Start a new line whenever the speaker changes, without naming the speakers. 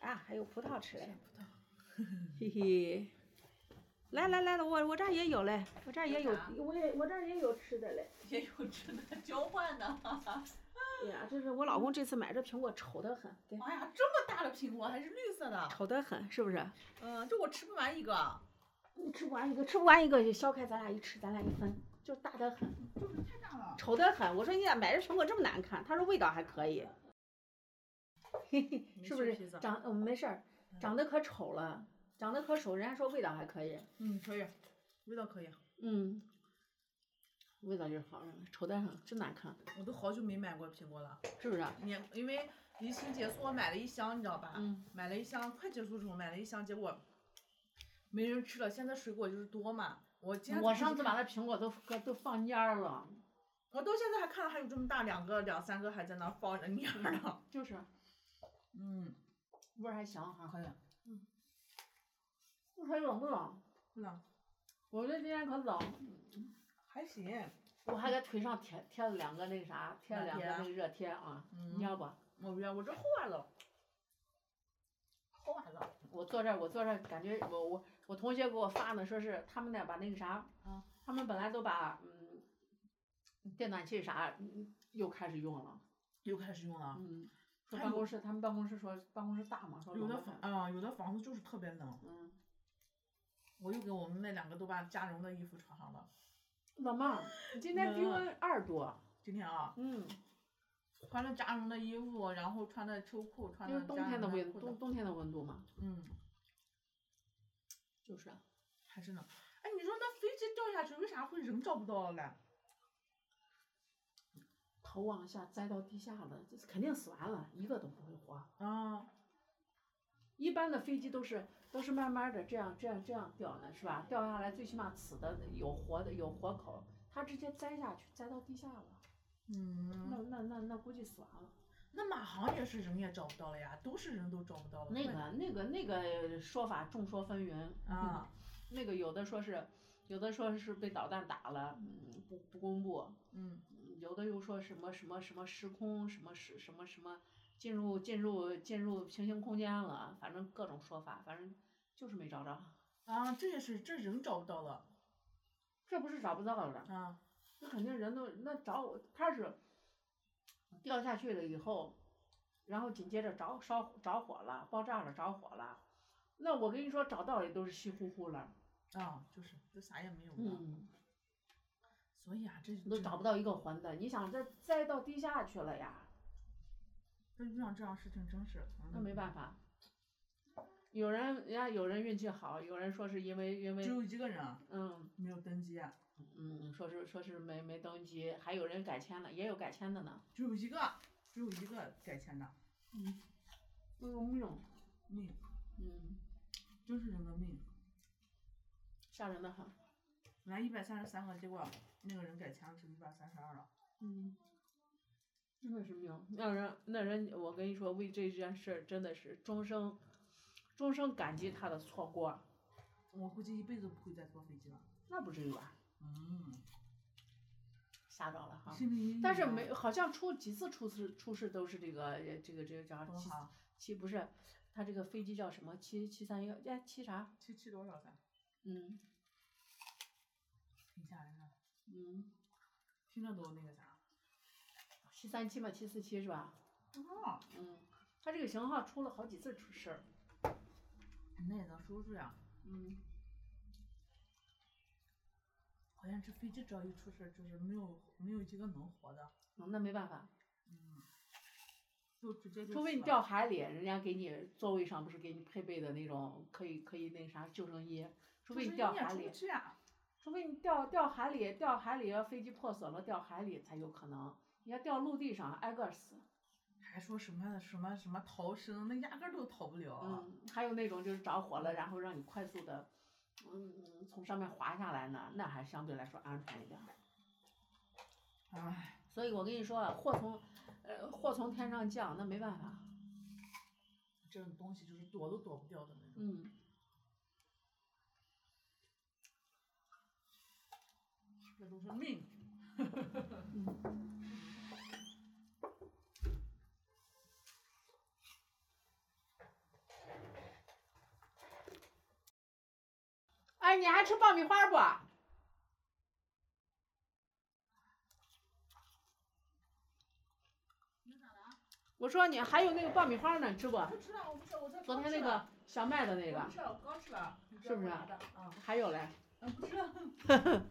啊还有葡萄吃嘞。
葡萄，
嘿嘿，来来来了，我我这儿也有嘞，我这儿也有
啥，
我也我这儿也有吃的嘞。
也有吃的交换的，哈哈。
哎呀，这是我老公这次买这苹果丑得很，给
哎呀，这么大的苹果还是绿色的，
丑得很，是不是？
嗯，这我吃不完一个，
你吃不完一个，吃不完一个就削开，咱俩一吃，咱俩一分，就大得很，
就是太大了。
丑得很。我说你咋买这苹果这么难看？他说味道还可以，嘿嘿，是不
没
是
事披萨？
长、嗯没事儿，长得可丑了，长得可丑，人家说味道还可以，
嗯，可以，味道可以。
嗯，味道就是好着呢，丑得很，真难看，
我都好久没买过苹果了，
是不啊是？
年因为疫情结束，我买了一箱，你知道吧？
嗯
买了一箱，快结束的时候买了一箱，结果没人吃了。现在水果就是多嘛，我今天
我上次把那苹果都都放蔫儿了，
我到现在还看到还有这么大两个、两三个还在那放着蔫儿呢。
就是
嗯，
味儿还行哈，
可以，
不还冷不冷？
不冷，
我觉得今天可冷，
还行。
我还给腿上贴贴了两个那啥，贴了两个那个热贴啊，
嗯
你要不？
我约我这厚完了，厚完了。
我坐这儿，我坐这儿，感觉我我我同学给我发呢，说是他们那把那个啥，
啊
他们本来都把嗯电暖气啥嗯又开始用了，
又开始用了。
嗯，说
还
办
有
公室他们办公室说办公室大嘛，说
哎有
冷
的
得
房
很
啊、有的房子就是特别冷。
嗯，
我又给我们那两个都把加绒的衣服穿上了。
老妈，今天
啊
低温二度，
今天啊，
嗯，
穿着加绒的衣服，然后穿的秋裤，穿
就
着
是冬
加
天的
绒
温
裤
冬
子
冬天的温度嘛，
嗯，
就是啊
还是冷。哎，你说那飞机掉下去，为啥会人找不到了嘞？
头往下栽到地下了，这肯定死完了，一个都不会活。
啊，
一般的飞机都是都是慢慢的这样这样这样掉的，是吧？掉下来最起码死的有活的有活口，它直接栽下去，栽到地下了，那
嗯，
那那那估计死完了。
那马航也是人也找不到了呀，都是人都找不到了。
那个那个那个说法众说纷纭，嗯
啊，
那个有的说是有的说是被导弹打了，嗯，不不公布，
嗯，
嗯有的又说什么什么什么时空什么时什么什么进入进入进入平行空间了，反正各种说法，反正就是没找着。
啊，这也是这人找不到了
这不是找不到了，
啊，
那肯定人都那找我，他是掉下去了以后，然后紧接着着烧着火了，爆炸了，着火了。那我跟你说，找到也都是稀乎乎了，
啊，就是都啥也没有了。
嗯，
所以啊，这
你都找不到一个魂的。你想，这栽到地下去了呀，
这遇上这样事情真是，
那没办法。有人人家有人运气好，有人说是因为因
法
为
只有一个人啊
嗯
没有登机啊，
嗯，说是说是没没登机，还有人改签了，也有改签的呢。
只有一个，只有一个改签的，
嗯，都有命，
命，
嗯，
真是人的命。
吓人的很。
本来一百三十三个，结果那个人改签了，只一百三十二了。
嗯，真的是妙。那人，那人，我跟你说，为这件事儿真的是终生，终生感激他的错过。
我估计一辈子不会再坐飞机了。
那不至于吧？
嗯，
吓着了哈。
心理阴影
但是
啊
没，好像出几次出事出事都是这个呃这个这个叫
多
七
好，
七不是，他这个飞机叫什么七七三幺哎七啥？
七七多少三，
嗯
挺吓人的，
嗯，
听着都那个啥。
七三七嘛七四七是吧？
不知道，
嗯，他这个型号出了好几次出事儿。
那也能说出呀？
嗯，
好像这飞机只要一出事，就是没有没有一个能活的。
嗯那没办法，
嗯，就直接就
除非
死
你
了
掉海里，人家给你座位上不是给你配备的那种可以可以那啥救生衣，
就
除非
是
你掉
也
海
出
里
不，去啊。
除非你掉掉海里，掉海里要飞机破损了掉海里才有可能，你要掉陆地上挨个儿死。
还说什么什么什么逃生，那压根儿都逃不了。啊
嗯，还有那种就是着火了，然后让你快速的，嗯，从上面滑下来呢，那还相对来说安全一点儿。嗯
唉，
所以我跟你说啊，祸从，呃，祸从天上降，那没办法。
这种东西就是躲都躲不掉的那种。
嗯，
这都是命。
哎，你还吃爆米花不？我说你还有那个爆米花呢，你吃不？
不吃了，我不吃了，我在
昨
超
天
市啊
那
了
个小麦的那
啊我
个
不，吃了，我刚吃了，你知
是
道
啊
我
不是
拿的啊？
还有嘞，
嗯，不吃了，